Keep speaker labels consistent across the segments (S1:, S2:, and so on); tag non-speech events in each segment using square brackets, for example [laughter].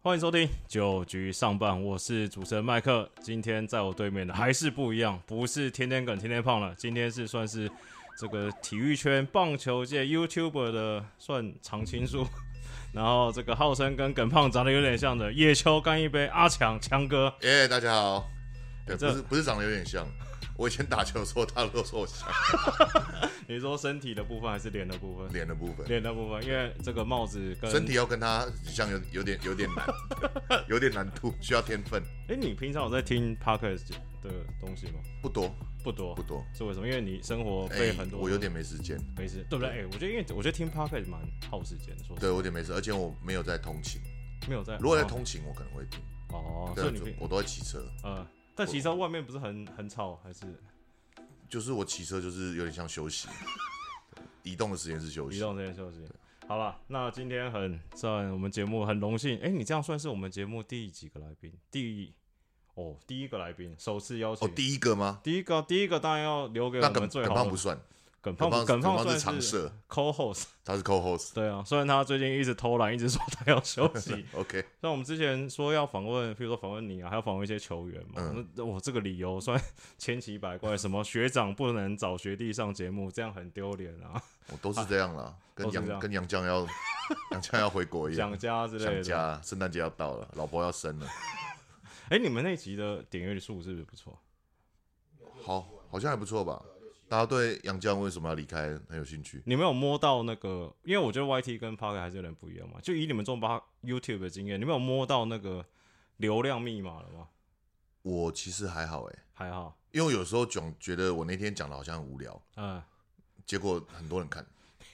S1: 欢迎收听酒局上半，我是主持人麦克。今天在我对面的还是不一样，不是天天梗天天胖了，今天是算是这个体育圈棒球界 YouTuber 的算常青树。然后这个号称跟耿胖长得有点像的野球干一杯阿强强哥，
S2: 耶、大家好。对，
S1: 这
S2: 不是不是长得有点像，我以前打球的时候，大家都说我像
S1: 你说身体的部分还是脸的部分？
S2: 脸的部分，
S1: 脸的部分，因为这个帽子跟
S2: 身体要跟他像有有点有点难，对有点难度，需要天分，
S1: 哎，你平常有在听 podcast 的东西吗？
S2: 不多
S1: 不多，
S2: 不多。
S1: 是为什么？因为你生活
S2: 哎
S1: 被很多，
S2: 我有点没时间，
S1: 没事，对不对？哎、我觉得因为我觉得听 podcast 蛮耗时间的，说实
S2: 对我有点没事，而且我没有在通勤。
S1: 没有在，哦
S2: 如果在通勤，我可能会听，
S1: 哦，哦所以你
S2: 对，啊
S1: 平
S2: 我都在骑车，
S1: 呃，但其实外面不是很很吵，还是
S2: 就是我骑车就是有点像休息，对移动的时间是休
S1: 移
S2: 息。
S1: 动这些休息？好了，那今天很算我们节目很荣幸，哎、你这样算是我们节目第几个来宾？第哦，第一个来宾，首次邀请。
S2: 哦，第一个吗？
S1: 第一个，第一个当然要留给
S2: 那
S1: 我
S2: 耿
S1: 们最
S2: 耿
S1: 好
S2: 胖不
S1: 的
S2: 算，
S1: 耿
S2: 耿
S1: 胖，
S2: 胖
S1: 耿
S2: 耿
S1: 胖
S2: 胖
S1: 算
S2: 是常设，
S1: co-host，
S2: 他是 co-host。
S1: 对啊，虽然他最近一直偷懒，一直说他要休息，
S2: OK，
S1: 像我们之前说要访问，譬如说访问你啊，还要访问一些球员嘛。
S2: 嗯
S1: 那我这个理由算 [laughs] 千奇百怪，什么学长不能找学弟上节目，这样很丢脸啊，
S2: 我哦都是这样啦，跟
S1: 都是这样
S2: 杨跟杨
S1: [laughs]
S2: 绛要杨绛要回国一样
S1: 想，家之类
S2: 想
S1: 的。
S2: 家，圣诞节要到了，老婆要生了，
S1: 哎、你们那集的点阅数是不是不错？
S2: 好，好像还不错吧？大家对杨绛为什么要离开很有兴趣，
S1: 你们有摸到那个？因为我觉得 YT 跟 p a r k 还是有点不一样嘛。就以你们这种把 YouTube 的经验，你们有摸到那个流量密码了吗？
S2: 我其实还好哎、
S1: 还好，
S2: 因为有时候总觉得我那天讲的好像很无聊，
S1: 嗯，
S2: 结果很多人看，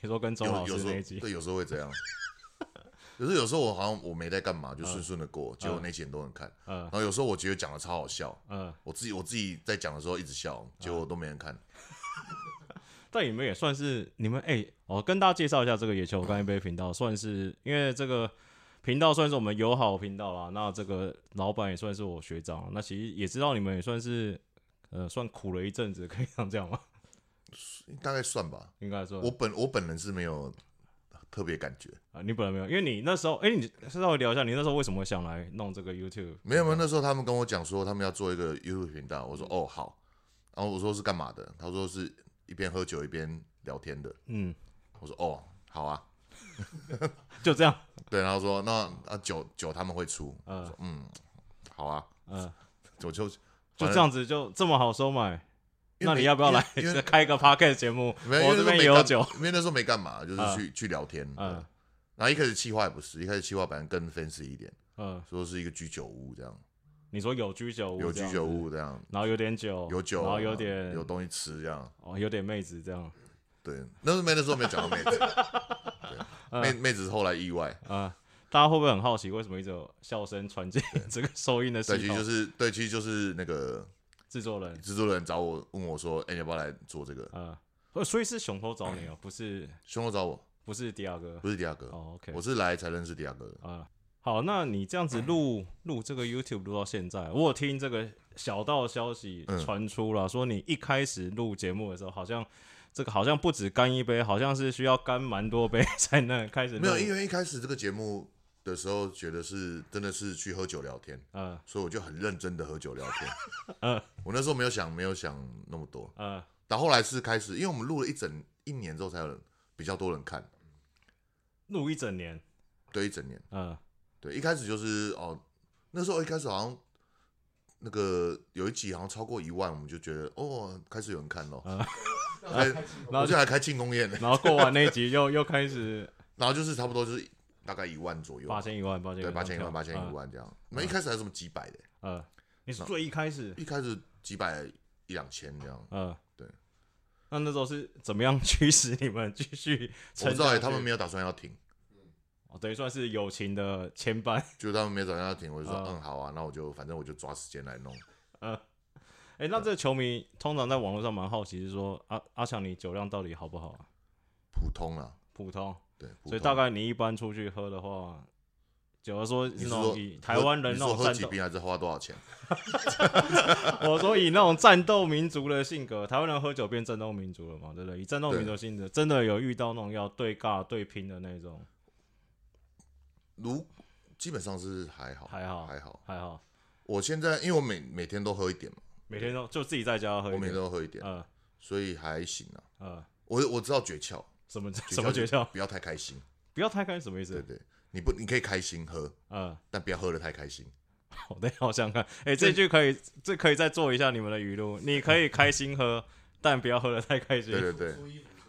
S1: 你说跟钟老
S2: 有
S1: 师
S2: 有时
S1: 那一集
S2: 候，对，有时候会这样。 [laughs] 可是有时候我好像我没在干嘛，就顺顺的过，结果那些人都很看。
S1: 嗯
S2: 然后有时候我觉得讲的超好笑，
S1: 嗯，
S2: 我自己我自己在讲的时候一直笑，结果都没人看。
S1: 但你们也算是你们哎、哦，跟大家介绍一下这个野球干一杯频道，算是因为这个频道算是我们友好频道啦。那这个老板也算是我学长，那其实也知道你们也算是呃，算苦了一阵子，可以这样讲吗？
S2: 大概算吧，
S1: 应该说
S2: 我本我本人是没有特别感觉，
S1: 啊，你本来没有，因为你那时候哎、你稍微聊一下，你那时候为什么想来弄这个 YouTube？
S2: 没有没有，那时候他们跟我讲说他们要做一个 YouTube 频道，
S1: 嗯
S2: 我说哦好，然后我说是干嘛的？他说是一边喝酒一边聊天的，
S1: 嗯，
S2: 我说哦好啊，
S1: 就这样，
S2: 对，然后说那啊酒酒他们会出，
S1: 呃
S2: 嗯好啊，
S1: 呃，
S2: 我就
S1: 就这样子就这么好收买。
S2: 因为
S1: 那
S2: 没
S1: 你要不要来
S2: 因为因为
S1: 开一个 podcast 节目？
S2: 没有
S1: 我这
S2: 因为那时候
S1: 边
S2: 没
S1: 也有
S2: 干
S1: 酒，
S2: 因为那时候没干嘛，就是
S1: 啊
S2: 去、去聊天，嗯、
S1: 嗯
S2: 然后一开始气划也不是，一开始气划本来更 fancy 一点，
S1: 嗯，
S2: 说是一个居酒屋这样，
S1: 你说有居酒屋，
S2: 有居酒屋这样，
S1: 然后有点酒，
S2: 有
S1: 哦
S2: 酒，啊
S1: 然后有点
S2: 有东西吃这样，
S1: 哦，有点妹子这样，
S2: 对，那时候没那时候没有讲到妹子，
S1: [laughs] 嗯
S2: 对，妹妹子是后来意外。
S1: 呃，大家会不会很好奇为什么一直有笑声传进 [laughs] 这个收音的系
S2: 对，其实
S1: 统？
S2: 就是对，其实就是那个
S1: 制作人，
S2: 制作人找我问我说：“哎、你要不要来做这个
S1: 呃，呃所以是熊头找你哦，不是？”
S2: 凶手找我，
S1: 不是迪亚哥
S2: 不是迪亚哥，
S1: 哦，OK，
S2: 我是来才认识迪亚哥的。
S1: 啊，好，那你这样子
S2: 嗯
S1: 录录这个 YouTube 录到现在，我有听这个小道消息
S2: 嗯
S1: 传出了，说你一开始录节目的时候，好像这个好像不止干一杯，好像是需要干蛮多杯才能开始录，
S2: 没有，因为一开始这个节目的时候，觉得是真的是去喝酒聊天，
S1: 呃
S2: 所以我就很认真的喝酒聊天。
S1: [laughs] 嗯
S2: 我那时候没有想没有想那么多，
S1: 呃，
S2: 但后来是开始，因为我们录了一整一年之后，才有人比较多人看，
S1: 录一整年，
S2: 对，一整年。
S1: 呃，
S2: 对，一开始就是哦，那时候一开始好像那个有一集好像超过一万，我们就觉得哦，开始有人看咯。开
S1: 啊 [laughs] 然后
S2: 我
S1: 就
S2: 就还开庆功宴呢，
S1: 然后过完那一集又又开始
S2: 然后就是差不多就是大概一万左右，
S1: 八千一万，八千
S2: 对，八千一万，八千一
S1: 万，
S2: 万这样。那一开始还是什么几百的，
S1: 呃，呃你是最一开始，
S2: 一开始几百一两千这样。
S1: 呃，
S2: 对。
S1: 那那时候是怎么样驱使你们继续
S2: 我
S1: 成
S2: 不知道欸
S1: 长？
S2: 他们没有打算要停，
S1: 哦等于算是友情的牵绊。 [laughs]
S2: 就他们没有打算要停，我就说
S1: 啊
S2: 嗯好啊，那我就反正我就抓时间来弄。
S1: 哎、那这个球迷通常在网络上蛮好奇，是说阿阿强你酒量到底好不好、啊？
S2: 普通啦，
S1: 普通，
S2: 对，普
S1: 所以
S2: 通
S1: 大概你一般出去喝的话，假如说
S2: 你是
S1: 那种
S2: 说
S1: 以
S2: 喝
S1: 台湾人
S2: 你
S1: 那
S2: 说
S1: 种
S2: 喝
S1: 战
S2: 几
S1: 斗，
S2: 瓶还是花多少钱？
S1: [laughs] 我说以那种战斗民族的性格，台湾人喝酒变战斗民族了嘛，对不对？以战斗民族性格，真的有遇到那种要对尬对拼的那种，
S2: 如基本上是还好，
S1: 还好
S2: 还好。
S1: 还好，
S2: 我现在因为我每每天都喝一点嘛，
S1: 每天都就自己在家喝
S2: 我
S1: 一
S2: 每
S1: 点
S2: 天。都喝一点，
S1: 呃
S2: 所以还行啊。
S1: 呃，
S2: 我我知道诀窍，
S1: 什么什么诀
S2: 就
S1: 窍
S2: 是？不要太开心，
S1: 不要太开心什么意
S2: 对
S1: 思？
S2: 对，你不你可以开心喝，
S1: 呃，
S2: 但不要喝的太开心。
S1: 好的，好想看。
S2: [laughs]
S1: 哎、这句可以，这可以再做一下你们的语录。你可以开心
S2: [laughs]
S1: 喝，但不要喝的太开心
S2: 对，对对，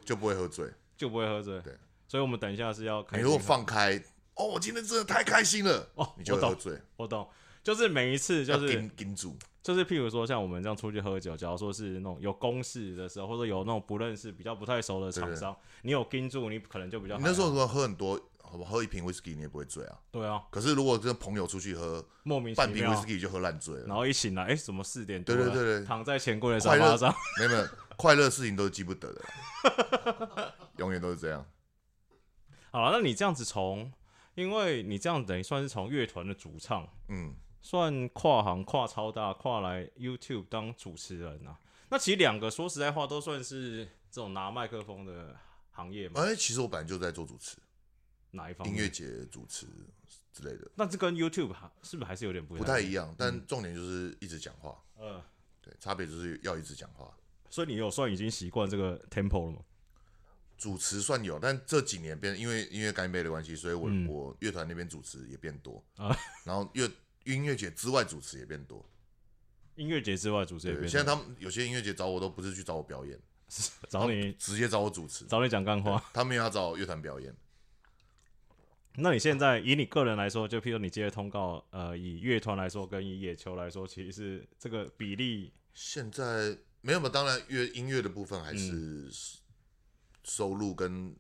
S2: 就不会喝醉。
S1: 就不会喝醉。
S2: 对，
S1: 所以我们等一下是要开心
S2: 你如
S1: 喝。
S2: 果放开，哦，我今天真的太开心了，
S1: 哦，
S2: 你就
S1: 我
S2: 会喝
S1: 懂，
S2: 醉，
S1: 我懂，就是每一次就
S2: 要
S1: 是
S2: 盯盯住。
S1: 就是，譬如说像我们这样出去喝酒，假如说是那种有公事的时候，或者有那种不认识、比较不太熟的厂商，你有盯住，你可能就比较
S2: 你
S1: 还好
S2: 那时候如果喝很多，好吧，喝一瓶威士忌你也不会醉啊。
S1: 对啊，
S2: 可是如果跟朋友出去喝
S1: 莫名其
S2: 半瓶威士
S1: 妙，
S2: 忌就喝烂醉了，
S1: 然后一醒来，哎、怎么四点多
S2: 对
S1: 了？
S2: 对对对，
S1: 躺在钱柜的沙发上，
S2: 没有没有，快乐事情都是记不得的啦，永远都是这样。
S1: 好啊了，那你这样子从，因为你这样等于算是从乐团的主唱，
S2: 嗯，
S1: 算跨行跨超大，跨来 YouTube 当主持人啊。那其实两个说实在话都算是这种拿麦克风的行业嘛，
S2: 哎，其实我本来就在做主持，
S1: 哪一方
S2: 音
S1: 面？
S2: 乐节主持之类的，
S1: 那这跟 YouTube 还是不是还是有点不
S2: 不
S1: 太
S2: 太一样。
S1: 嗯
S2: 但重点就是一直讲话，
S1: 呃，
S2: 对，差别就是要一直讲话。
S1: 所以你有算已经习惯这个 tempo 了吗？
S2: 主持算有，但这几年变，因为因为干杯的关系，所以我、
S1: 嗯
S2: 我乐团那边主持也变多
S1: 啊
S2: [laughs] 然后乐音乐节之外主持也变多。
S1: 音乐节之外主持也
S2: 对，
S1: 变
S2: 现在
S1: 成，
S2: 他们有些音乐节找我都不是去找我表演，
S1: [laughs] 找你
S2: 直接找我主持，
S1: 找你讲干话。
S2: 他们也要找我乐团表演。
S1: 那你现在以你个人来说，就譬如你接的通告，呃，以乐团来说跟以野球来说，其实是这个比例
S2: 现在没有嘛？当然乐音乐的部分还
S1: 嗯
S2: 是收入跟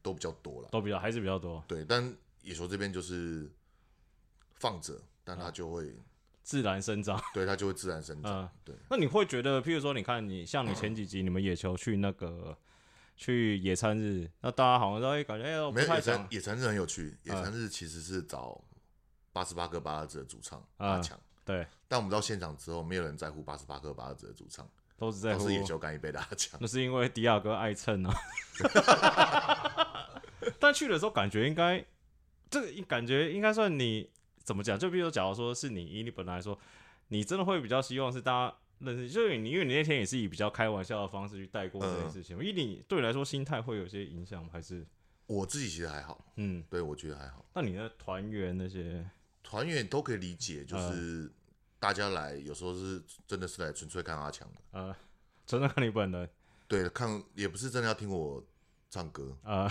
S2: 都比较多了。
S1: 都比较还是比较多，
S2: 对，但野球这边就是放着，但
S1: 啊
S2: 它就会、
S1: 自然生长。
S2: 对它就会自然生长。
S1: 嗯，
S2: 对。
S1: 那你会觉得，譬如说，你看你像你前几集你们野球去那个去野餐日，那大家好像都会感觉哎呦不
S2: 没有
S1: 太
S2: 野餐
S1: 想，
S2: 野餐日很有趣。野
S1: 嗯
S2: 餐日其实是找八十八个八二子的主唱
S1: 嗯
S2: 阿强，
S1: 对，
S2: 但我们到现场之后，没有人在乎八十八个八二子的主唱，
S1: 都是在
S2: 都
S1: 乎
S2: 是野球干一杯的阿强。
S1: 那是因为迪亚哥爱蹭
S2: [laughs]
S1: 啊。但去的时候感觉应该，这个感觉应该算你怎么讲？就比如说，假如说是你以你本来说，你真的会比较希望是大家认识，就是你因为你那天也是以比较开玩笑的方式去带过这
S2: 嗯
S1: 件事情，因为你对你来说心态会有些影响吗，还是
S2: 我自己其实还好，
S1: 嗯？
S2: 对我觉得还好，
S1: 那你的团员那些，
S2: 团员都可以理
S1: 嗯
S2: 解，就是大家来有时候是真的是来纯粹看阿强的，
S1: 呃，真的看你本人，
S2: 对，看也不是真的要听我唱歌，
S1: 呃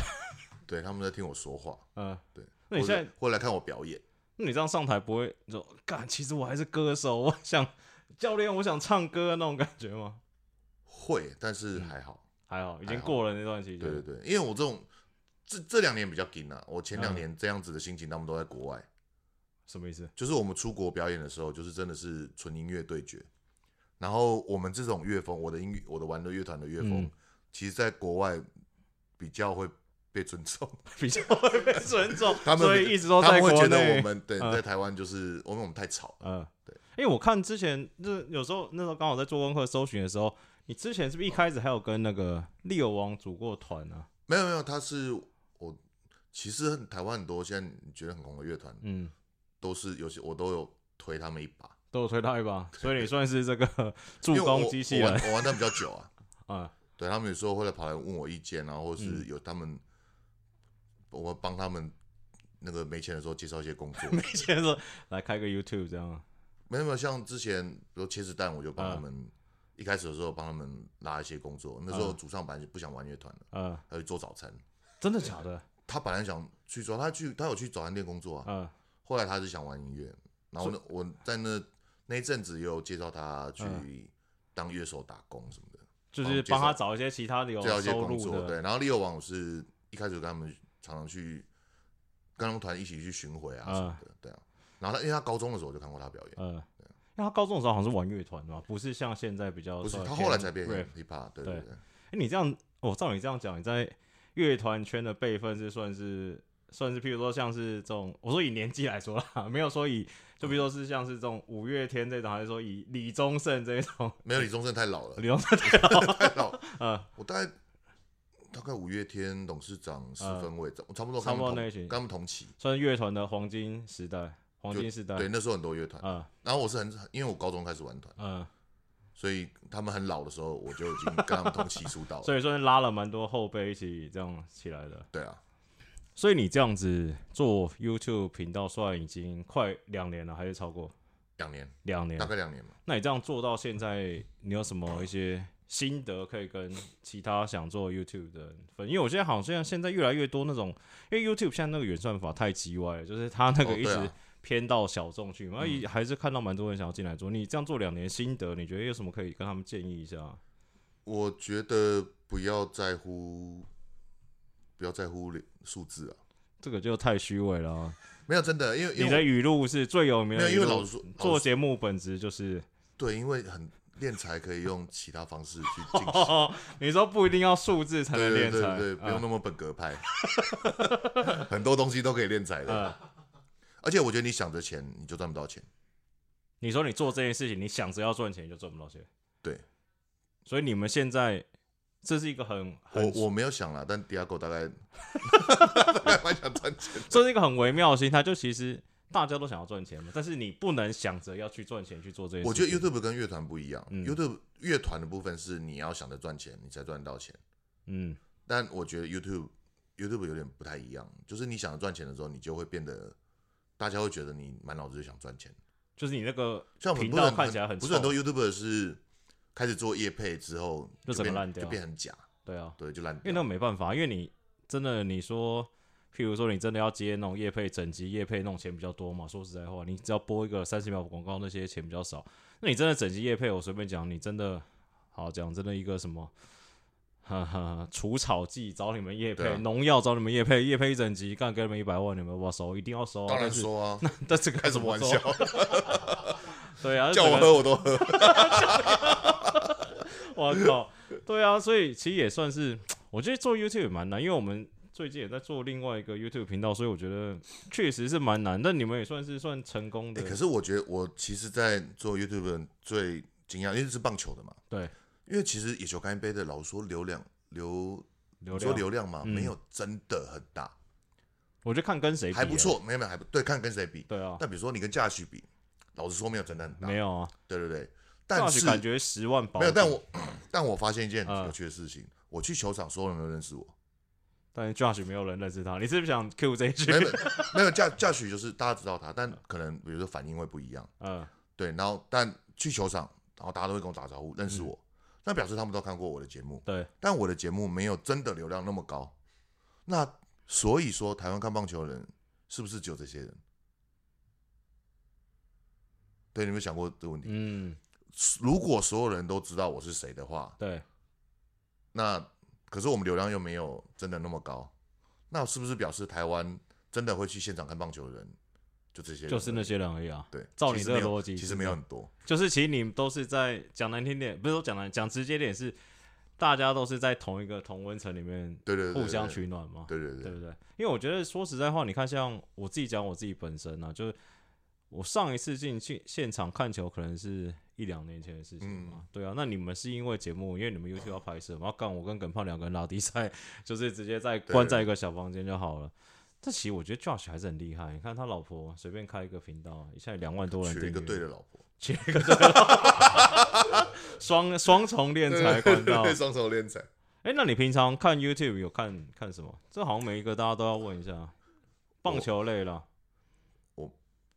S2: 对，他们在听我说话，
S1: 呃，
S2: 对。
S1: 那你
S2: 或者
S1: 现在，
S2: 或者来看我表演，
S1: 那你这样上台不会你说，干，其实我还是歌手， [laughs] 我想教练，我想唱歌那种感觉吗？
S2: 会，但是还好。
S1: 还好，已
S2: 还
S1: 经
S2: 好
S1: 过了那段期间。
S2: 对对对，因为我这种这这两年比较紧啊，我前
S1: 嗯
S2: 两年这样子的心情，他们都在国外，
S1: 什么意思？ [laughs]
S2: 就是我们出国表演的时候，就是真的是纯音乐对决。然后我们这种乐风，我的音乐，我的玩的乐团的乐风，
S1: 嗯
S2: 其实在国外比较会被尊重，
S1: 比较会被尊重，
S2: [laughs] 他们
S1: 所以一直都
S2: 他
S1: 在
S2: 们会
S1: 国
S2: 觉得
S1: 内
S2: 我。们对
S1: 嗯
S2: 在台湾就是因为我们太吵了，
S1: 嗯，
S2: 对。
S1: 因为我看之前，就是有时候那时候刚好在做功课搜寻的时候，你之前是不是一开始还有跟那个利友王组过团啊？
S2: 没有没有，他是我其实台湾很多现在你觉得很红的乐团，
S1: 嗯，
S2: 都是有些我都有推他们一把，
S1: 都有推到一把，所以你算是这
S2: [laughs]
S1: 个助
S2: 因为
S1: 攻
S2: 我
S1: 机器
S2: 我
S1: 人
S2: 玩我玩的比较久啊，
S1: 啊。 [laughs]
S2: 对他们有时候会来跑来问我意见，然后或是
S1: 嗯
S2: 有他们，我帮他们那个没钱的时候介绍一些工作。
S1: [laughs] 没钱说来开个 YouTube 这样啊。
S2: 没有没有，像之前比如茄子蛋，我就帮
S1: 啊
S2: 他们、一开始的时候帮他们拉一些工作。那时候
S1: 啊
S2: 主唱本来就不想玩乐团了，
S1: 呃，
S2: 他去做早餐。
S1: 真的假
S2: [laughs]
S1: 的？
S2: 他本来想去做，他去他有去早餐店工作啊。
S1: 呃，
S2: 后来他是想玩音乐，然后呢，我在那那一阵子也有介绍他
S1: 嗯
S2: 去当乐手打工什么的。
S1: 就是帮他找一些其他的有啊
S2: 介绍一些
S1: 收
S2: 工
S1: 入
S2: 作，
S1: 的，
S2: 对。然后利友网是一开始跟他们常常去跟他们团一起去巡回啊
S1: 嗯
S2: 什么的，对啊。然后他因为他高中的时候我就看过他表演，
S1: 呃，因为他高中的时候好像是玩乐团嘛，不是像现在比较
S2: 不是
S1: 算
S2: 他后来才
S1: rap
S2: 变 hip hop，对对
S1: 对
S2: 对。
S1: 欸你这样，我、照你这样讲，你在乐团圈的辈分是算是算是，譬如说像是这种，我说以年纪来说啦，没有说以，就比如说是像是这种五月天这种，还是说以李宗盛这种，
S2: [laughs] 没有李宗盛太老了，
S1: 李宗盛
S2: 太老。
S1: 呃
S2: 我大概大概五月天董事长四分位，差差不多
S1: 啊差
S2: 跟他
S1: 不多
S2: 们
S1: 那
S2: 同
S1: 一群
S2: 跟他们同期。
S1: 算是乐团的黄金时代，黄
S2: 就
S1: 金时代，
S2: 对，那时候很多乐团，
S1: 啊，
S2: 然后我是很，因为我高中开始玩团，
S1: 嗯，
S2: 所以他们很老的时候，我就已经跟他们同期出道了。
S1: [laughs] 所以算是拉了蛮多后辈一起这样起来的。
S2: 对啊，
S1: 所以你这样子做 YouTube 频道，算已经快两年了，还是超过
S2: 两年，
S1: 两年
S2: 大？概两年嘛。
S1: 那你这样做到现在，你有什么一些心得可以跟其他想做 YouTube 的人分？因为我现在好像现在越来越多那种，因为 YouTube 现在那个演算法太鸡歪了，就是它那
S2: 哦
S1: 个一直
S2: 对啊嗯
S1: 偏到小众去嘛，而且还是看到蛮多人想要进来做。你这样做两年心得，你觉得有什么可以跟他们建议一下？
S2: 我觉得不要在乎，不要在乎数字啊，
S1: 这个就太虚伪了啊、
S2: 没有真的，因为因
S1: 你
S2: 为
S1: 的语录是最有
S2: 我
S1: 名
S2: 没有，
S1: 的语
S2: 因
S1: 录，
S2: 为老实说，
S1: 做
S2: 老实
S1: 节目本质就是，
S2: 对，因为很练才可以用其他方式去进行。
S1: 哦，你说不一定要数字 [laughs] 才
S2: 对
S1: 能
S2: 对
S1: 练
S2: 对
S1: 才，
S2: 对对，不用
S1: 啊
S2: 那么本格派， [laughs] 很多东西都可以练才的。
S1: 嗯
S2: 而且我觉得你想着钱，你就赚不到钱。
S1: 你说你做这件事情，你想着要赚钱就赚不到钱。
S2: 对，
S1: 所以你们现在这是一个很
S2: 我
S1: 很
S2: 我没有想啦，但 Diago 大
S1: [laughs]
S2: 概大概蛮想赚钱。
S1: 这是一个很微妙的心态，就其实大家都想要赚钱嘛，但是你不能想着要去赚钱去做这件事情。
S2: 我觉得 YouTube 跟乐团不一样、
S1: 嗯
S2: y o u t u b e 乐团的部分是你要想着赚钱，你才赚得到钱。
S1: 嗯
S2: 但我觉得 YouTube YouTube 有点不太一样，就是你想着赚钱的时候，你就会变得大家会觉得你满脑子就想赚钱。
S1: 就是你那个
S2: 像我们
S1: 频
S2: 不是
S1: 道
S2: 很
S1: 看起来很啊
S2: 不是很
S1: 臭
S2: 多 YouTuber 是开始做业配之后
S1: 就整个
S2: 变
S1: 烂掉
S2: 就变很假，
S1: 对啊，
S2: 对，就烂
S1: 因为
S2: 掉。
S1: 那没办法，因为你真的你说，譬如说你真的要接那种业配整集业配那种钱比较多嘛，说实在话，你只要播一个三十秒广告那些钱比较少，那你真的整集业配，我随便讲，你真的好讲真的一个什么。哈哈，除草剂找你们叶
S2: 对
S1: 配，
S2: 啊
S1: 农药、找你们叶配，叶配一整集，干给你们一百万，你们要不要收？一定要收、啊！
S2: 当然说啊，
S1: 但是，但这个
S2: 开什么玩笑
S1: 收？？对啊，
S2: [laughs] 叫我
S1: 这整
S2: 喝我都喝。
S1: 个， [laughs] 我靠，对啊，所以其实也算是，我觉得做 YouTube 也蛮难，因为我们最近也在做另外一个 YouTube 频道，所以我觉得确实是蛮难。但你们也算是算成功的，
S2: 欸可是我觉得我其实，在做 YouTube 最惊讶，因为是棒球的嘛，
S1: 对，
S2: 因为其实野球干杯的老说流量流，
S1: 流
S2: 你说
S1: 量，
S2: 流量嘛，
S1: 嗯
S2: 没有真的很大，
S1: 我就看跟谁比
S2: 还不，错，没有没有还不对，看跟谁比。
S1: 欸对啊，
S2: 但比如说你跟驾许比，老实说没有真的很大，
S1: 没有啊，
S2: 对对对，
S1: 大
S2: 但
S1: 学
S2: 是
S1: 感觉十万保
S2: 没有，但
S1: 底
S2: 我但我发现一件
S1: 嗯
S2: 有趣的事情，我去球场，所有人都认识我，
S1: 但是 Josh 没有人认识他，你是不是想 Q 这一句
S2: 没？
S1: [laughs]
S2: 有没有没有驾驾许就是大家知道他，但可能比如说反应会不一样，
S1: 嗯，
S2: 对，然后但去球场，然后大家都会跟我打招呼，认
S1: 嗯
S2: 识我，那表示他们都看过我的节目，
S1: 对，
S2: 但我的节目没有真的流量那么高，那所以说台湾看棒球的人是不是只有这些人？对，你有没有想过这个问题？
S1: 嗯，
S2: 如果所有人都知道我是谁的话，
S1: 对，
S2: 那可是我们流量又没有真的那么高，那是不是表示台湾真的会去现场看棒球的人就这些人而
S1: 就
S2: 已？
S1: 是那些人而已啊。
S2: 对，
S1: 照
S2: 其
S1: 你
S2: 实
S1: 这个
S2: 没有
S1: 逻辑
S2: 其
S1: 是
S2: 实没有很多。
S1: 就是其实你们都是在讲难听点，不是说讲难，讲直接点是，大家都是在同一个同温层里面
S2: 对对对对，
S1: 互相取暖嘛，
S2: 对。对对
S1: 对
S2: 对，
S1: 不对？因为我觉得说实在话，你看像我自己讲我自己本身啊，就是我上一次进去现场看球，可能是一两年前的事情嘛。
S2: 嗯
S1: 对啊，那你们是因为节目，因为你们 YouTube 要拍摄嘛，然后干我跟耿胖两个人拉低赛，就是直接在关在一个小房间就好了。但其实我觉得 Josh 还是很厉害，你看他老婆随便开一个频道，一下两万多人
S2: 娶了一个
S1: 订阅
S2: 对的老婆，
S1: 娶了一个对的老婆 [laughs] 双双重
S2: 对
S1: 恋
S2: 对
S1: 才管道。
S2: [laughs] 对双手练才。
S1: 哎、那你平常看 YouTube 有看看什么？这好像每一个大家都要问一下。棒球类啦，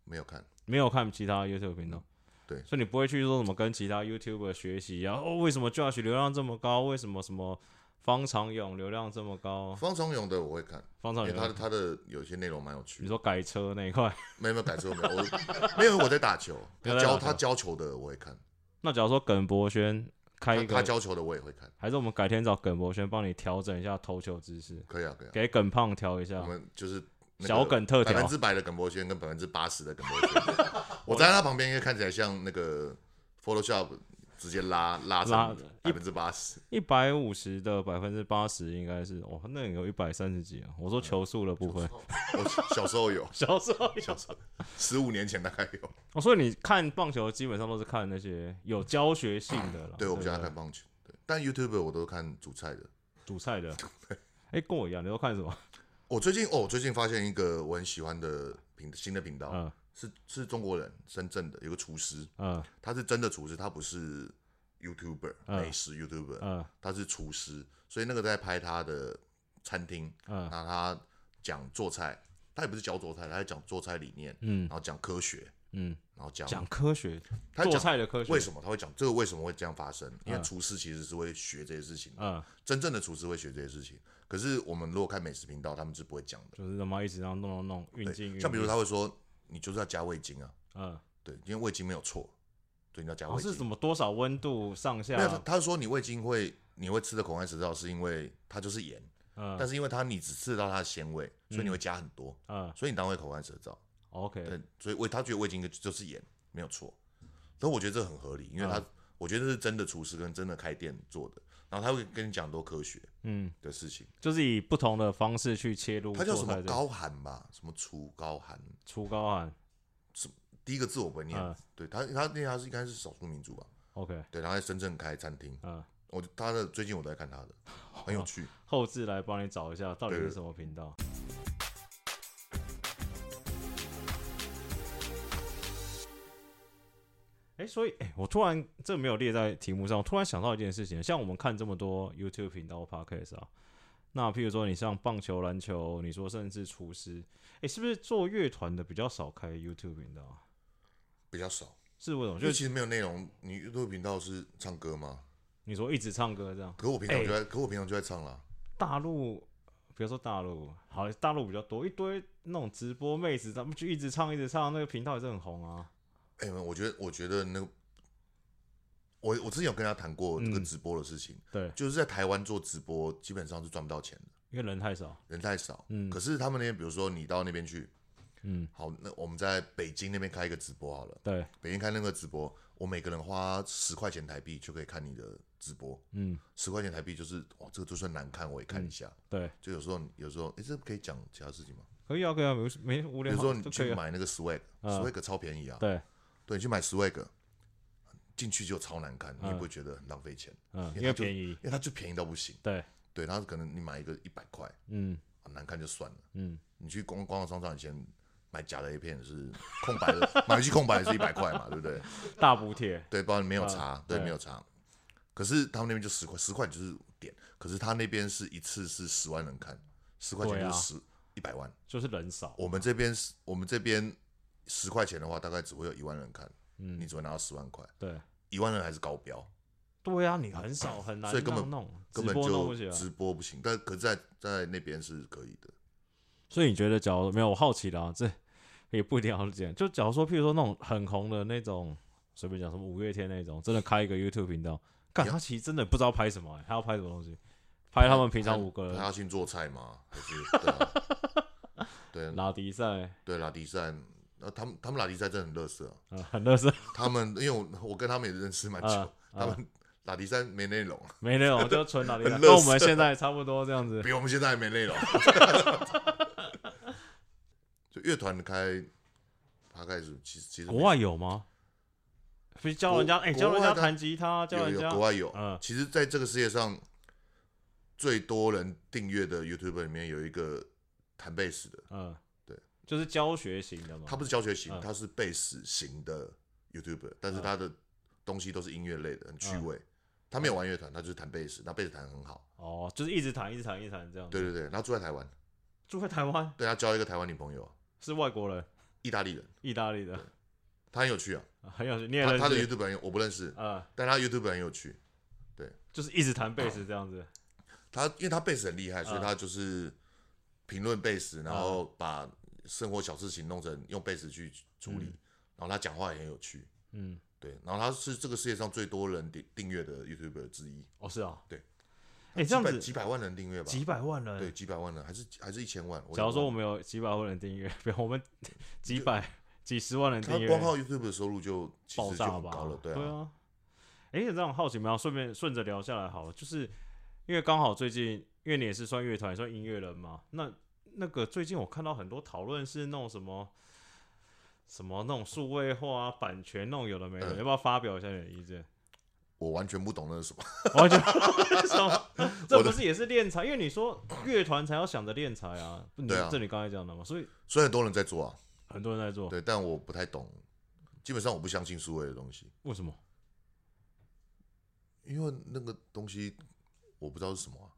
S2: 没有看，
S1: 没有看其他 YouTube 频道。
S2: 对
S1: 所以你不会去说什么跟其他 YouTuber 学习啊？哦，为什么 Josh 流量这么高？为什么什么方长勇流量这么高？
S2: 方长勇的我会看，
S1: 方
S2: 因
S1: 长
S2: 为
S1: 勇
S2: 哎
S1: 流
S2: 他的
S1: 量，
S2: 他的有些内容蛮有趣
S1: 你 [laughs]
S2: 的。
S1: 说改车那一块？ [laughs]
S2: 没有没有改错，没有我 [laughs] 没有我在打球，
S1: 你在
S2: 他
S1: 打
S2: 教
S1: 球
S2: 他教球的我会看，
S1: 那假如说耿博轩开
S2: 他
S1: 一
S2: 他
S1: 个，
S2: 教球的我也会看，
S1: 还是我们改天找耿博轩帮你调整一下投球姿势，
S2: 可以啊可以啊，
S1: 给耿胖调一
S2: 我
S1: 下，
S2: 们就是那个
S1: 小耿特
S2: 百
S1: 调
S2: 分。之百的耿博轩跟百分之八十的耿
S1: [laughs]
S2: 博轩，我站在他旁边，应该看起来像那个 Photoshop 直接拉拉上
S1: 拉
S2: 百分之八十，
S1: 一百五十的百分之八十应该是，哇，那有一百三十几啊！我说球速的部分，，
S2: 我小时候有
S1: 小 [laughs] 时候
S2: 小时候十五年前大概有，
S1: 哦，所以你看棒球基本上都是看那些有教学性的啦。
S2: 对我比较爱
S1: 不
S2: [laughs] 看棒球，对，但 YouTube 我都看主菜的，
S1: 煮菜的。哎、跟我一样，你都看什么？
S2: 我最近哦，我最近发现一个我很喜欢的频新的频道，
S1: 嗯
S2: 是是中国人深圳的有个厨师，
S1: 嗯
S2: 他是真的厨师，他不是 YouTuber、
S1: 嗯
S2: 美食 YouTuber，、
S1: 嗯
S2: 他是厨师，所以那个在拍他的餐厅，
S1: 嗯
S2: 那他讲做菜，他也不是教做菜，他在讲做菜理念，
S1: 嗯
S2: 然后讲科学，
S1: 嗯，
S2: 然后讲
S1: 讲科学，
S2: 他
S1: 做
S2: 讲
S1: 菜的科学。
S2: 为
S1: 么？
S2: 什么他会讲这个为什么会这样发生？因为
S1: 嗯
S2: 厨师其实是会学这些事情的，
S1: 嗯，
S2: 真正的厨师会学这些事情。可是我们如果看美食频道，他们是不会讲的。
S1: 就是他妈一直这样弄弄弄，运
S2: 对
S1: 进运进。
S2: 像比如他会说，你就是要加味精啊，
S1: 嗯，
S2: 对，因为味精没有错，对，你要加
S1: 哦
S2: 味
S1: 是
S2: 精。
S1: 什么多少温度上下
S2: 没？有，他他说你味精会你会吃的口干舌燥，是因为它就是盐，
S1: 嗯
S2: 但是因为它你只吃得到它的鲜味，所以你会加很多，
S1: 嗯
S2: 所以你当然会口干舌燥。
S1: ，OK，
S2: 对，所以味他觉得味精就是盐，没有错。所以我觉得这很合理，因为
S1: 嗯
S2: 他、我觉得这是真的厨师跟真的开店做的，然后他会跟你讲很多科学
S1: 嗯，
S2: 的事情。
S1: 就是以不同的方式去切入。
S2: 他叫什么
S1: 高
S2: 高寒吧？什么厨高寒？
S1: 除高寒
S2: 第一个字我不会念。
S1: 嗯
S2: 对他，他那他是应该是少数民族吧？
S1: ？OK，
S2: 对，然后在深圳开餐厅。
S1: 嗯，
S2: 我他的最近我都在看他的，很有趣。
S1: 后置来帮你找一下到底
S2: 对
S1: 是
S2: 对
S1: 什么频道。哎、所以哎、我突然这没有列在题目上，我突然想到一件事情，像我们看这么多 YouTube 频道、Podcast 啊，那譬如说你像棒球、篮球，你说甚至厨师，哎、是不是做乐团的比较少开 YouTube 频道啊？
S2: 比较少，
S1: 是为什么？
S2: 因为
S1: 就
S2: 其实没有内容。你 YouTube 频道是唱歌吗？
S1: 你说一直唱歌这样，
S2: 可我平常就在，可我平常就在唱啦。
S1: 大陆，比如说大陆，好，大陆比较多一堆那种直播妹子，咱们就一直唱一直唱，那个频道也是很红啊。
S2: 哎、我觉得，我觉得那个，我我之前有跟他谈过这个
S1: 嗯
S2: 直播的事情，
S1: 对，
S2: 就是在台湾做直播基本上是赚不到钱的，
S1: 因为人太少。
S2: 人太少。
S1: 嗯
S2: 可是他们那边，比如说你到那边去，
S1: 嗯，
S2: 好，那我们在北京那边开一个直播好了，
S1: 对，
S2: 北京开那个直播，我每个人花十块钱台币就可以看你的直播，
S1: 嗯，
S2: 十块钱台币就是哇，这个就算难看我也看一下。
S1: 对，
S2: 就有时候，有时候，哎、这可以讲其他事情吗？
S1: 可以啊，可以啊，没没无
S2: 比
S1: 聊，
S2: 如说你
S1: 就可以
S2: 去
S1: 啊。
S2: 买那个 swag，swag、
S1: 嗯
S2: swag 超便宜啊，
S1: 对，
S2: 对，你去买 swag，进去就超难看，你也
S1: 嗯
S2: 不会觉得很浪费钱，
S1: 嗯，因
S2: 因
S1: 为
S2: 为它就
S1: 便宜
S2: 因。为它就便宜到不行。
S1: 对，
S2: 对，它可能你买一个一百块，
S1: 嗯
S2: 啊难看就算了。
S1: 嗯，
S2: 你去逛逛商场以前买假的 A 片是空白
S1: [laughs]
S2: 的，买回去空白也是一百块嘛，对不对？
S1: 大补贴。
S2: 对，不然没有查，对，
S1: 啊对
S2: 没有查。可是他们那边就十块，十块就是点，可是他那边是一次是十万人看，十块钱
S1: 对啊
S2: 就是十一百万。
S1: 就是人少，
S2: 我们这边是，我们这边十块钱的话，大概只会有一万人看，
S1: 嗯
S2: 你只会拿到十万块，
S1: 对，
S2: 一万人还是高标，
S1: 对啊，你很少很难
S2: 所以根本
S1: 让弄，直
S2: 根本
S1: 播弄
S2: 就
S1: 不啊起来。
S2: 直播不行。但可是在在那边是可以的，
S1: 所以你觉得，假如没有我好奇的啊，这 [laughs] 也不了解。就假如说，譬如说那种很红的那种，随便讲什么五月天那种，真的开一个 YouTube 频道，干
S2: 你要
S1: 他其实真的不知道拍什么欸、他要拍什么东西，拍他们平常五个
S2: 他
S1: 人
S2: 要先做菜吗？还是对啊对啊
S1: 拉迪赛，
S2: 对拉迪赛，那他们他们拉迪赛真的很乐色、啊，
S1: 呃，很乐色，
S2: 他们因为我我跟他们也认识蛮久，
S1: 啊
S2: 他们拉迪赛没内容，
S1: 没内容就纯拉迪赛，
S2: 很
S1: 跟
S2: 垃
S1: 我
S2: 圾
S1: 们现在差不多这样子。
S2: 比我们现在还没内
S1: [laughs]
S2: 容。就乐团开，大概是其实其实
S1: 国外有吗？不是教人家，
S2: 国
S1: 哎、教人
S2: 国外
S1: 家
S2: 的
S1: 弹吉他，教
S2: 有
S1: 人
S2: 有
S1: 家
S2: 国，外有，
S1: 嗯
S2: 其实在这个世界上最多人订阅的 YouTube 里面有一个弹贝斯的，
S1: 嗯，
S2: 对，
S1: 就是教学型的嘛。
S2: 他不是教学型，
S1: 嗯
S2: 他是贝斯型的 YouTuber，但是他的东西都是音乐类的，很趣
S1: 嗯
S2: 味。他没有玩乐团，他就是弹贝斯，那贝斯弹得很好。
S1: 哦，就是一直弹，一直弹，一直弹这样子。
S2: 对对对，然后住在台湾，
S1: 住在台湾
S2: 对他交一个台湾女朋友，啊
S1: 是外国人，
S2: 意大利人，
S1: 意大利的， [laughs]
S2: 他很有趣啊。
S1: 很有趣，你也认
S2: 他
S1: 识。
S2: 他的 YouTube 很有，我不认识，
S1: 呃，
S2: 但他 YouTube 很有趣。
S1: 就是一直弹贝斯这样子。
S2: 他因为他贝斯很厉害，所以
S1: 嗯
S2: 他就是评论贝斯，然后把生活小事情弄成用贝斯去处理，然后他讲话也很有趣。
S1: 嗯，
S2: 对，然后他是这个世界上最多人订订阅的 YouTuber 之一，
S1: 哦，是啊，
S2: 对。
S1: 哎、这样
S2: 几
S1: 子
S2: 百几百万人订阅吧，
S1: 几百万人，
S2: 对，几百万人，还是还是一千万。我
S1: 假如说我
S2: 们
S1: 们有几百万人订阅， [laughs] 比如
S2: [laughs]
S1: 我们几百、几十万人
S2: 他
S1: 订阅，
S2: 光靠 YouTube 的收入就其
S1: 爆
S2: 实就
S1: 炸
S2: 很
S1: 吧？
S2: 高了，
S1: 对
S2: 啊。
S1: 啊。哎、这样好奇没有？顺便顺着聊下来好了，就是因为刚好最近，因为你也是算乐团，也算音乐人嘛。那那个最近我看到很多讨论是那种什么什么那种数位化、啊、版权那种有的没的，
S2: 嗯
S1: 要不要发表一下你的意见？
S2: 我完全不懂那是什么。
S1: 完全什么？这不是也是练财？因为你说乐团才要想着练财啊，你
S2: 对啊
S1: 这你刚才讲的嘛，所以
S2: 虽然很多人在做啊，
S1: 很多人在做，
S2: 对，但我不太懂。基本上我不相信数位的东西，
S1: 为什么？
S2: 因为那个东西我不知道是什么啊、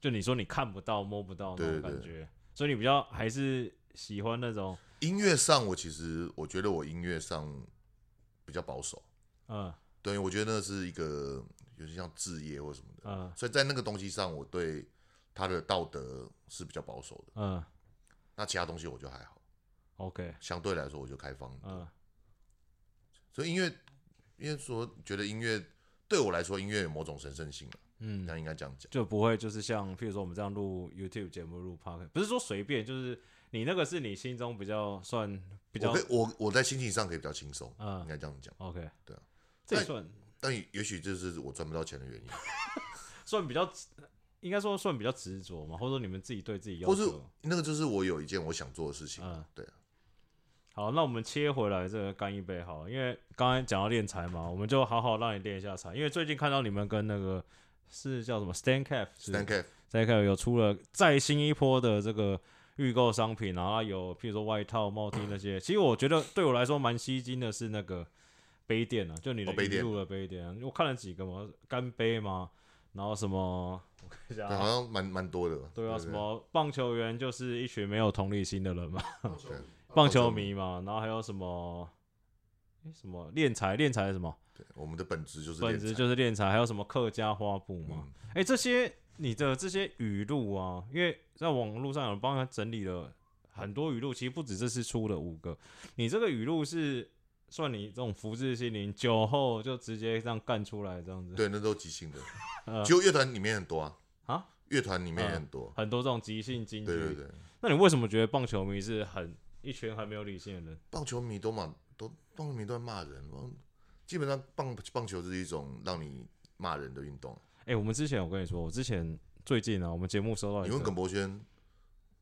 S1: 就你说你看不到、摸不到那种
S2: 对对
S1: 感
S2: 对
S1: 觉，所以你比较还是喜欢那种，
S2: 音乐上，我其实我觉得我音乐上比较保守，
S1: 嗯
S2: 对，我觉得那是一个有些像置业或什么的，
S1: 嗯
S2: 所以在那个东西上，我对他的道德是比较保守的。
S1: 嗯
S2: 那其他东西我就还好，
S1: ，OK，
S2: 相对来说我就开放。
S1: 嗯
S2: 所以音乐，因为说觉得音乐对我来说，音乐有某种神圣性啊，
S1: 嗯，
S2: 那应该这样讲。
S1: 就不会就是像譬如说我们这样录 YouTube 节目、录 p o d c a s 不是说随便，就是你那个是你心中比较算比较
S2: 我可以，我我在心情上可以比较轻松，
S1: 嗯
S2: 应该这样讲。
S1: OK，
S2: 对啊，
S1: 这也
S2: 那
S1: 算
S2: 但也许这是我赚不到钱的原因，
S1: 算比较执，应该说算比较执着嘛，或者说你们自己对自己要
S2: 或是
S1: 求。
S2: 那个就是我有一件我想做的事情啊。
S1: 嗯
S2: 对啊，
S1: 好，那我们切回来这个干一杯好了，因为刚才讲到练财嘛，我们就好好让你练一下财，因为最近看到你们跟那个是叫什么 Stan Cap
S2: s t a n c a f
S1: Stan Cap 有出了再新一波的这个预购商品，然后它有譬如说外套、帽 T 那些，其实我觉得对我来说蛮吸睛的是那个杯垫啊，就你的
S2: 哦杯
S1: 引
S2: 垫
S1: 入的杯垫啊、我看了几个嘛，干杯嘛，然后什么我看一下、
S2: 对，
S1: 啊
S2: 好。像蛮蛮多的。
S1: 对啊，什么棒球员就是一群没有同理心的人嘛，
S2: 对
S1: 棒球，迷嘛，然后还有什么，诶什么练财，练财是什么，
S2: 对我们的本质哦就是
S1: 本
S2: 敛
S1: 质
S2: 财
S1: 就是练财，还有什么客家花布嘛，
S2: 嗯
S1: 诶，这些你的这些语录啊，因为在网络上有人帮他整理了很多语录，其实不止这次出了五个，你这个语录是算你这种福至心灵，酒后就直接这样干出来这样子，
S2: 对，那都即兴的
S1: [laughs] 呃。
S2: 其实乐团里面很多啊，
S1: 啊，嗯
S2: 乐团里面也很多。
S1: 很多这种即兴金句。
S2: 对对对，
S1: 那你为什么觉得棒球迷是很一群很没有理性的人？
S2: 棒球迷都嘛都棒球迷都在骂人，棒基本上棒棒球是一种让你骂人的运动。啊
S1: 哎、我们之前我跟你说，我之前最近啊，我们节目收到一
S2: 你
S1: 个
S2: 问耿博轩，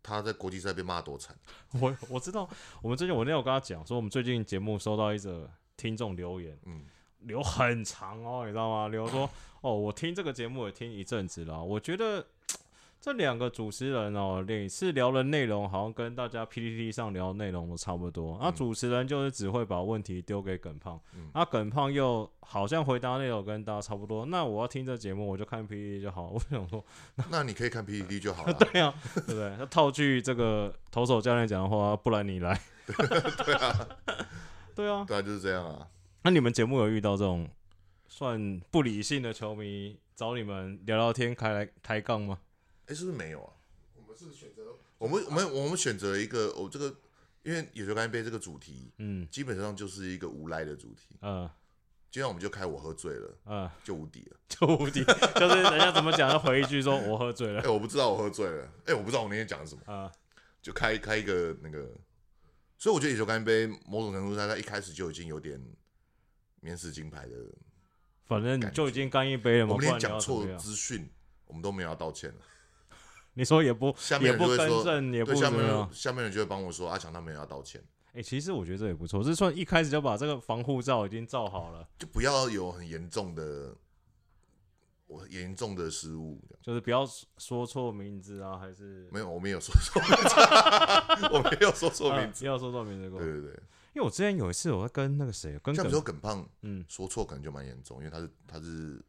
S2: 他在国际赛被骂多惨？
S1: [laughs] 我我知道，我们最近我那天有跟他讲说，我们最近节目收到一则听众留言， [laughs]
S2: 嗯，
S1: 留很长哦，你知道吗？留说哦，我听这个节目也听一阵子了，啊我觉得这两个主持人哦，每次聊的内容好像跟大家 PPT 上聊的内容都差不多。那、
S2: 嗯
S1: 主持人就是只会把问题丢给耿胖，那、
S2: 嗯
S1: 耿胖又好像回答内容跟大家差不多。那我要听这节目，我就看 PPT 就 [laughs] 好。我想说，
S2: 那你可以看 PPT 就
S1: [laughs]
S2: 好了。
S1: 对啊，对不对？那套句这个投手教练讲的话，不然你
S2: [laughs]
S1: 来。 [laughs] 对啊，对啊。
S2: 对啊，就是这样啊。
S1: 那你们节目有遇到这种算不理性的球迷找你们聊聊天、开来抬杠吗？
S2: 哎，是不是没有啊？我们是选择我们我们我们选择一个，我、这个因为野球干杯这个主题
S1: 嗯，
S2: 基本上就是一个无赖的主题。
S1: 呃
S2: 今天我们就开我喝醉了，
S1: 呃，
S2: 就无敌了。
S1: 就无敌，就是人家怎么讲，就回一句说我喝醉
S2: 哎、
S1: 了。
S2: 我不知道我喝醉了，哎、我不知道我那天讲什么，
S1: 啊、
S2: 就开开一个那个，所以我觉得野球干杯某种程度上，它一开始就已经有点免死金牌的，
S1: 反正你就已经干一杯了嘛，
S2: 我
S1: 不
S2: 们
S1: 然
S2: 连
S1: 你要
S2: 讲
S1: 怎么
S2: 错
S1: 样？
S2: 资讯，我们都没有要道歉了。
S1: 你说也不
S2: 下
S1: 也
S2: 面人
S1: 不
S2: 就会
S1: 更
S2: 说，
S1: 正，也不
S2: 对，下
S1: 怎
S2: 面
S1: 么样啊
S2: 人。下面人就会帮我说，阿强他没有要道歉，
S1: 哎、其实我觉得这也不错，这算一开始就把这个防护罩已经罩好了，
S2: 就不要有很严重的，我严重的失误。
S1: 就是不要说说错名字啊，还是
S2: 没有，我没有说错 [laughs] 名字，我没有说错名字。
S1: 啊、要说错名字过
S2: 对。对对，
S1: 因为我之前有一次，我在跟那个谁，跟耿
S2: 像比如说耿胖
S1: 嗯，
S2: 说错可能就蛮严重，因为他是他是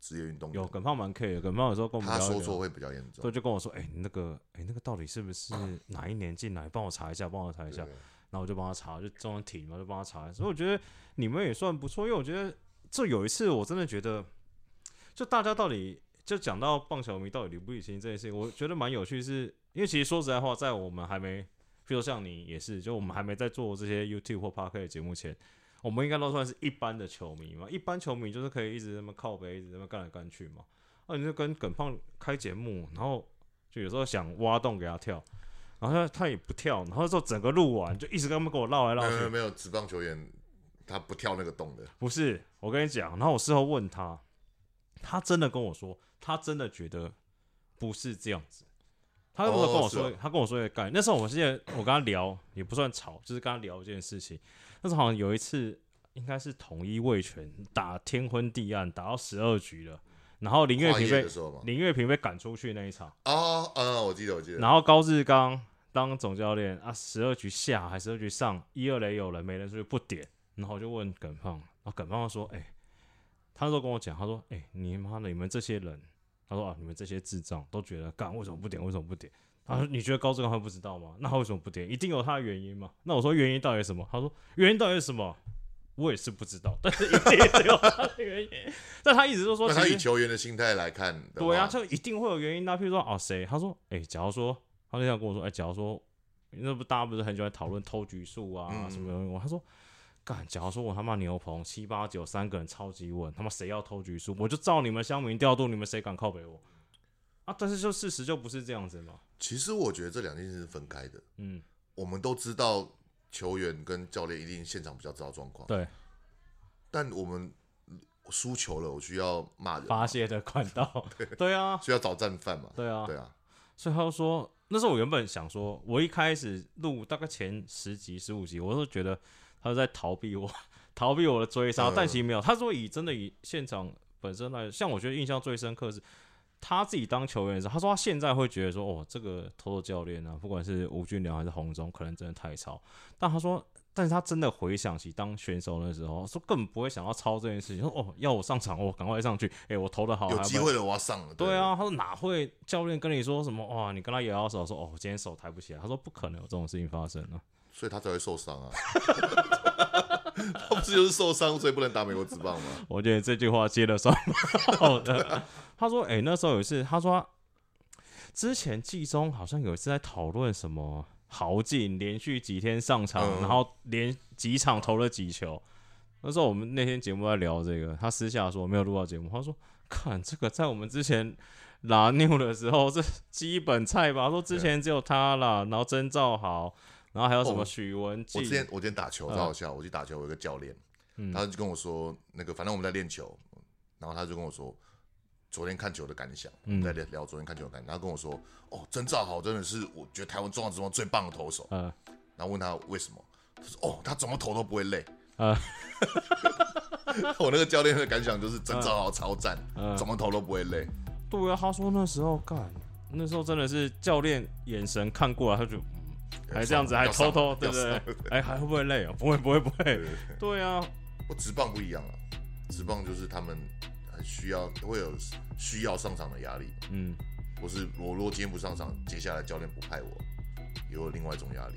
S2: 职业运动员
S1: 有，耿胖蛮 K 的，耿胖有时候跟我们
S2: 他
S1: 聊一
S2: 说
S1: 聊
S2: 错会比较严重
S1: 所以。就跟我说，哎、你那个，哎、那个到底是不是哪一年进来？帮我查一下，帮我查一
S2: 对
S1: 下。
S2: 对
S1: 然后我就帮他查，就中央停嘛，就帮他查。所以我觉得你们也算不错，因为我觉得这有一次我真的觉得，就大家到底就讲到棒球迷到底理不理性这件事情，我觉得蛮有趣是，因为其实说实在话，在我们还没，比如像你也是，就我们还没在做这些 YouTube 或 Park 的节目前。我们应该都算是一般的球迷嘛，一般球迷就是可以一直那么靠背，一直那么干来干去嘛。啊，你就跟耿胖开节目，然后就有时候想挖洞给他跳，然后他他也不跳，然后之后整个录完就一直跟他们给我绕来绕
S2: 没有
S1: 去
S2: 没，有没有，职棒球员他不跳那个洞的，
S1: 不是，我跟你讲，然后我事后问他，他真的跟我说，他真的觉得不是这样子。他跟我跟我说，
S2: 哦是
S1: 他跟我说一个概念。那时候我记得我跟他聊，也不算吵，就是跟他聊一件事情。那时候好像有一次，应该是统一卫权，打天昏地暗，打到十二局了。然后林月
S2: 跨
S1: 平
S2: 夜
S1: 被
S2: 的时候嘛，
S1: 林月平被赶出去那一场，
S2: 哦，嗯，我记得，我记得，
S1: 然后高志刚当总教练啊，十二局下还是二局上，一二垒有人没人出去不点，然后我就问耿胖，然后耿胖说：“哎、他那时候跟我讲，他说：哎、你妈的，你们这些人，他说啊，你们这些智障都觉得干为什么不点，为什么不点？”他说：“你觉得高志刚他不知道吗？那他为什么不点？一定有他的原因嘛？”那我说：“原因到底是什么？”他说：“原因到底是什么？”我也是不知道，但是一定是有他的原因。 [laughs] 但他一直都说，
S2: 那
S1: 其
S2: 他
S1: 实
S2: 以球员的心态来看的话，
S1: 对啊，就一定会有原因的啊、譬如说，哦，谁？他说，哎、假如说，他那天跟我说，哎、假如说，那不大家不是很喜欢讨论偷局数啊、
S2: 嗯
S1: 什么我他说，干，假如说我他妈牛棚七八九三个人超级稳，他妈谁要偷局数，我就照你们乡民调度，你们谁敢靠北我？啊，但是就事实就不是这样子嘛。
S2: 其实我觉得这两件事是分开的。
S1: 嗯，
S2: 我们都知道球员跟教练一定现场比较知道状况，
S1: 对，
S2: 但我们嗯输球了，我需要骂人，
S1: 发泄的管道，对啊，
S2: 需要找战犯嘛？
S1: 对啊，
S2: 对啊，
S1: 所以他就说，那时候我原本想说，我一开始录大概前十集、十五集，我都觉得他是在逃避我， [laughs] 逃避我的追杀，
S2: 嗯
S1: 但其实没有。他说以真的以现场本身来，像我觉得印象最深刻是。他自己当球员的时候，他说他现在会觉得说，哦，这个偷偷教练啊，不管是吴俊良还是洪忠，可能真的太糙。但他说，但是他真的回想起当选手的时候，说根本不会想要抄这件事情。说哦，要我上场，我、赶快上去，哎、我投的好，
S2: 有
S1: 还不
S2: 机会了我要上了。
S1: 对，啊，他说哪会教练跟你说什么哇？你跟他摇摇手说哦，我今天手抬不起来。他说不可能有这种事情发生啊。
S2: 所以他才会受伤啊。 [laughs] 他不是就是受伤，所以不能打美国职棒吗？
S1: 我觉得这句话接的 [laughs] 算蛮好的。他说哎、那时候有一次，他说他之前季中好像有一次在讨论什么豪进连续几天上场，
S2: 嗯
S1: 然后连几场投了几球。那时候我们那天节目在聊这个，他私下说没有录到节目，他说看这个在我们之前拉牛的时候，这基本菜吧。他说之前只有他啦，然后曾兆豪，然后还有什么
S2: 哦
S1: 许文啊
S2: 我
S1: 记
S2: 之，前我之前打球超好笑，我去打球，有一个教练，
S1: 嗯
S2: 他就跟我说，那个反正我们在练球，然后他就跟我说。昨天看球的感想，我们在聊聊昨天看球的感想。他跟我说：“哦，曾兆豪真的是我觉得台湾中华职棒最棒的投手。”
S1: 呃
S2: 然后问他为什么，他说哦，他怎么投都不会累。
S1: 啊
S2: [laughs] 我那个教练的感想就是真兆豪超赞，
S1: 呃
S2: 怎，么投都不会累。
S1: 对啊，他说那时候干，那时候真的是教练眼神看过来，他就嗯还这样子，还
S2: 要上
S1: 偷
S2: 了
S1: 偷，对不？
S2: 要上
S1: 对
S2: 了？
S1: 哎，还会不会累啊？不会，不会，不会。
S2: 对
S1: 对啊，
S2: 不，直棒不一样啊，直棒就是他们很需要会有需要上场的压力。
S1: 嗯，
S2: 我是我如果今天不上场，接下来教练不派我，也有另外一种压力。